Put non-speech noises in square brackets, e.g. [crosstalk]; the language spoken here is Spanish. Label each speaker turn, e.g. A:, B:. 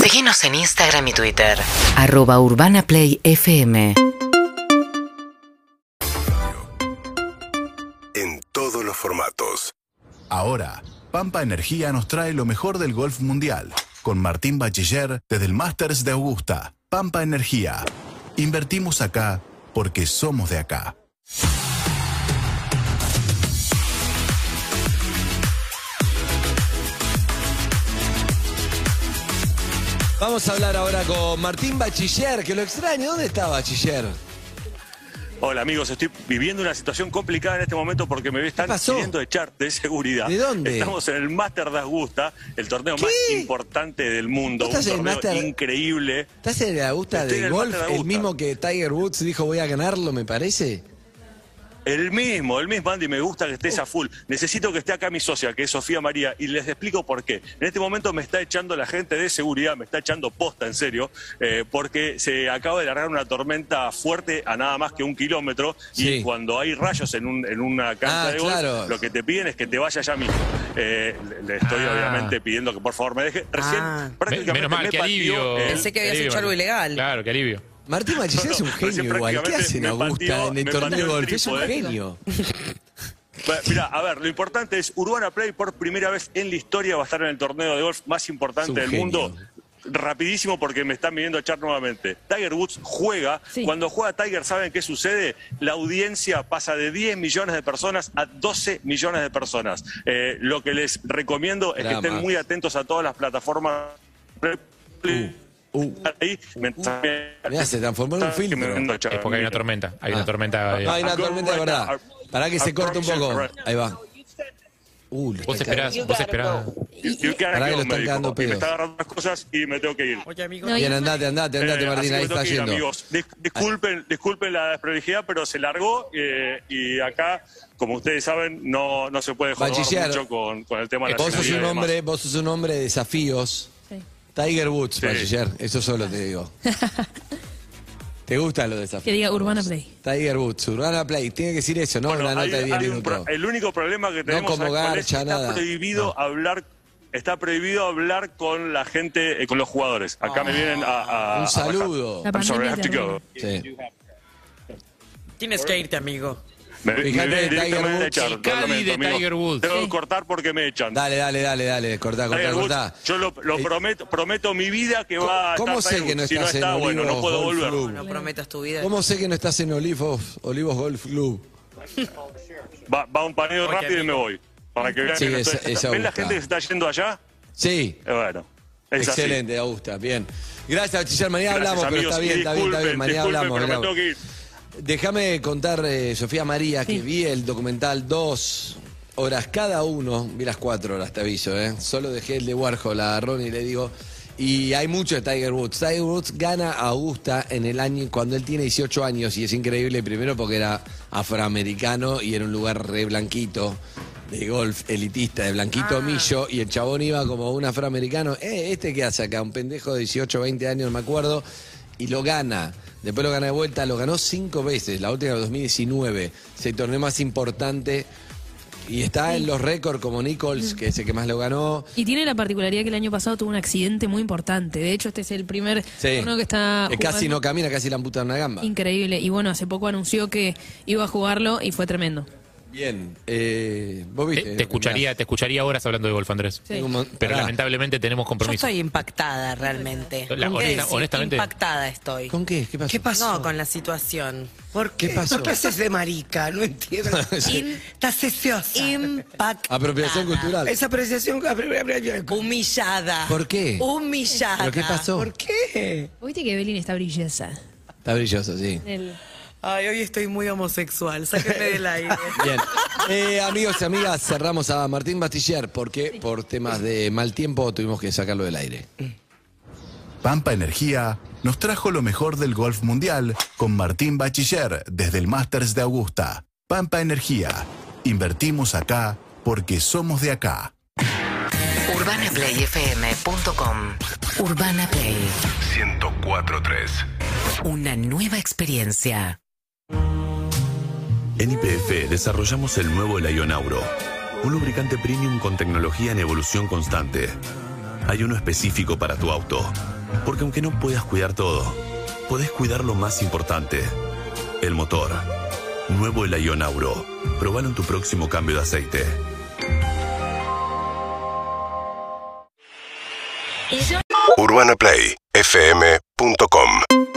A: Seguinos en Instagram y Twitter.
B: Arroba Urbana Play FM.
C: En todos los formatos.
D: Ahora, Pampa Energía nos trae lo mejor del golf mundial, con Martín Bachiller desde el Masters de Augusta. Pampa Energía. Invertimos acá porque somos de acá.
E: Vamos a hablar ahora con Martín Bachiller, que lo extraño. ¿Dónde está Bachiller?
F: Hola amigos, estoy viviendo una situación complicada en este momento porque me están
E: pasó?
F: queriendo echar de seguridad.
E: ¿De dónde?
F: Estamos en el Master de Augusta, el torneo más
E: ¿Qué?
F: importante del mundo,
E: ¿Vos
F: un
E: estás en el
F: torneo
E: Master?
F: increíble.
E: ¿Estás en la Augusta
F: Estoy en
E: del
F: el
E: golf?
F: Master de
E: El
F: Augusta.
E: mismo que Tiger Woods dijo voy a ganarlo, me parece.
F: El mismo, el mismo Andy, me gusta que estés a full. Necesito que esté acá mi socia, que es Sofía María, y les explico por qué. En este momento me está echando la gente de seguridad, me está echando posta, en serio, eh, porque se acaba de largar una tormenta fuerte a nada más que un kilómetro,
E: Sí.
F: y cuando hay rayos en, un- en una cancha
E: Ah,
F: de golf,
E: claro.
F: lo que te piden es que te vayas ya mismo. Eh, le- le estoy
G: Ah.
F: obviamente pidiendo que por favor me deje. Recién,
H: Ah.
F: prácticamente
G: Menos mal,
F: me
G: qué
F: pateó
G: alivio.
F: el-
H: Pensé que habías
G: Qué alivio,
H: hecho algo
G: Martín.
H: ilegal.
G: Claro, qué alivio.
E: Martín Bachiller
F: [laughs] No,
E: es un
F: no,
E: genio
F: recién
E: igual. ¿Qué
F: prácticamente
E: hace en
F: me
E: Augusta
F: pateó-
E: en el
F: me
E: torneo de
F: pateó el
E: golf? Es un
F: trípode.
E: genio.
F: Bueno, Mira, a ver, lo importante es Urbana Play por primera vez en la historia va a estar en el torneo de golf más importante
E: Es un
F: del
E: genio.
F: mundo. Rapidísimo porque me están viniendo a echar nuevamente. Tiger Woods juega. Cuando juega Tiger, ¿saben qué sucede? La audiencia pasa de 10 millones de personas a 12 millones de personas. Eh, lo que les recomiendo es
E: Drama.
F: que estén muy atentos a todas las plataformas.
E: Uh, uh,
F: Ahí, mientras-
E: Mirá, se transformó en un
F: que me
E: filtro.
F: vienen a echar.
G: Es porque hay una tormenta. Hay
E: Ah.
G: una tormenta. eh.
E: No, hay una tormenta de verdad. Pará que se corte un poco. Ahí va. Uh, lo
G: Vos
E: está
G: esperás,
E: cagando.
G: vos esperás. eh,
F: You- you gotta
E: Pará que
F: go,
E: lo están
F: me dijo.
E: cagando
F: Y
E: pedos.
F: me está agarrando las cosas y me tengo que ir.
E: Bien, andate, andate, andate,
F: Eh,
E: Martín.
F: así que
E: Ahí
F: me tengo
E: está
F: que ir,
E: yendo.
F: amigos. Dis- disculpen, disculpen la desprolijidad, pero se largó eh, y acá, como ustedes saben, no, no se puede jugar
E: Bachiller,
F: mucho con, con el tema de la
E: Vos sos
F: seguridad
E: un
F: y demás.
E: hombre, vos sos un hombre de desafíos. Tiger Woods,
F: Sí.
E: Bachiller, eso solo te
I: [laughs]
E: digo. ¿Te gustan los desafíos?
I: Que diga Urbana
E: vos?
I: Play.
E: Tiger Woods, Urbana Play, tiene que decir eso, no
F: Bueno,
E: una
F: hay-
E: nota de 10
F: hay un
E: minutos.
F: pro- el único problema que tenemos
E: como
F: ¿sabes cuál es?
E: garcha,
F: está
E: nada.
F: prohibido hablar está prohibido hablar con la gente eh, con los jugadores acá me vienen a, a- a
E: Un
F: bajar.
E: saludo.
I: La
F: I'm sorry, I
I: pandemia
F: have
I: te
F: to go.
I: arruina.
E: Sí.
H: Tienes que irte, amigo.
F: Me, me
E: Fíjate,
F: vienen
E: Tiger
F: directamente a
E: Woods.
F: echar,
G: El Cádiz
F: lo lamento,
G: de
F: amigo.
G: Tiger Woods.
F: Tengo que
I: Sí.
F: cortar porque me echan.
E: Dale, dale, dale, dale, cortá, cortá,
F: Tiger Woods,
E: cortá.
F: yo lo, lo
E: Eh,
F: prometo, prometo mi vida que va a estar
E: ¿Cómo sé
F: Tiger
E: que no
F: Woods. Si
E: estás en
F: está,
E: Olivos
F: bueno, no puedo
E: Golf
F: volver.
E: Club?
H: No prometas tu vida.
E: ¿Cómo sé que no estás en Olivos, Olivos Golf Club?
F: Va, va un paneo
H: Oye,
F: rápido y me
H: amigo.
F: voy. Para que vean
E: Sí,
F: que no
E: es-
F: estoy-
E: es
F: ¿Ven la
E: Augusta.
F: gente que se está yendo allá?
E: Sí,
F: Eh, Bueno, es así.
E: excelente, Augusta, bien. Gracias, Bachiller, mañana
F: Gracias,
E: hablamos, pero
F: amigos,
E: está
F: y
E: bien, está bien, está bien,
F: disculpen,
E: mañana
F: disculpen,
E: hablamos.
F: pero me
E: hablamos.
F: tengo que ir.
E: Déjame contar, eh, Sofía María, que vi el documental dos horas cada uno, vi las cuatro horas, te aviso, ¿eh? Solo dejé el de Warhol a Ronnie y le digo, y hay mucho de Tiger Woods. Tiger Woods gana a Augusta en el año, cuando él tiene 18 años, y es increíble, primero porque era afroamericano y era un lugar re blanquito. De golf elitista, de blanquito
I: Ah.
E: millo, y el chabón iba como un afroamericano. Eh, ¿Este qué hace acá? Un pendejo de 18, 20 años, no me acuerdo y lo gana. Después lo gana de vuelta, lo ganó cinco veces, la última en el 2019. Se torneo más importante y está en los récords como
I: Mm.
E: Nichols, que es el que más lo ganó.
I: Y tiene la particularidad que el año pasado tuvo un accidente muy importante. De hecho, este es el primer
E: Sí.
I: torneo que está.
E: Eh, casi no
I: jugando.
E: camina, casi le amputan una gamba.
I: Increíble. Y bueno, hace poco anunció que iba a jugarlo y fue tremendo.
E: Bien, eh, vos
G: Te,
E: viste.
G: te
E: ¿no?
G: escucharía, te escucharía horas hablando de golf, Andrés.
I: Sí.
E: Tengo un mon-
G: Pero
E: Pará,
G: lamentablemente tenemos
H: Yo
G: compromiso.
H: estoy impactada realmente.
G: La-
H: ¿Qué
G: honesta-
H: decir?
G: honestamente-
H: Impactada estoy.
E: ¿Con qué? ¿Qué pasó?
H: No, con la situación.
J: ¿Por qué?
E: ¿Qué pasó?
J: ¿Por qué haces de marica? No entiendo.
E: [laughs] Sí.
J: Estás sesiosa.
H: Impactada.
E: Apropiación cultural.
J: Esa apreciación.
H: Humillada.
E: ¿Por qué?
H: Humillada.
E: ¿Pero qué pasó?
J: ¿Por qué?
I: Viste que Evelyn está brillosa.
E: Está brilloso, sí.
H: Ay, hoy estoy muy homosexual. Sáquenme del
I: [laughs]
H: aire.
E: Bien. Eh, amigos y amigas, cerramos a Martín Bastiller porque por temas de mal tiempo tuvimos que sacarlo del aire.
D: Pampa Energía nos trajo lo mejor del golf mundial con Martín Bachiller desde el Masters de Augusta. Pampa Energía. Invertimos acá porque somos de acá.
A: UrbanaPlayFM.com Urbana Play
C: 1043.
A: Una nueva experiencia.
C: En IPF desarrollamos el nuevo Lionauro, un lubricante premium con tecnología en evolución constante. Hay uno específico para tu auto,
D: Porque aunque no puedas cuidar todo, podés cuidar lo más importante, el motor. Nuevo el Ion Auro. Probalo en tu próximo cambio de aceite.
C: UrbanaPlayFM.com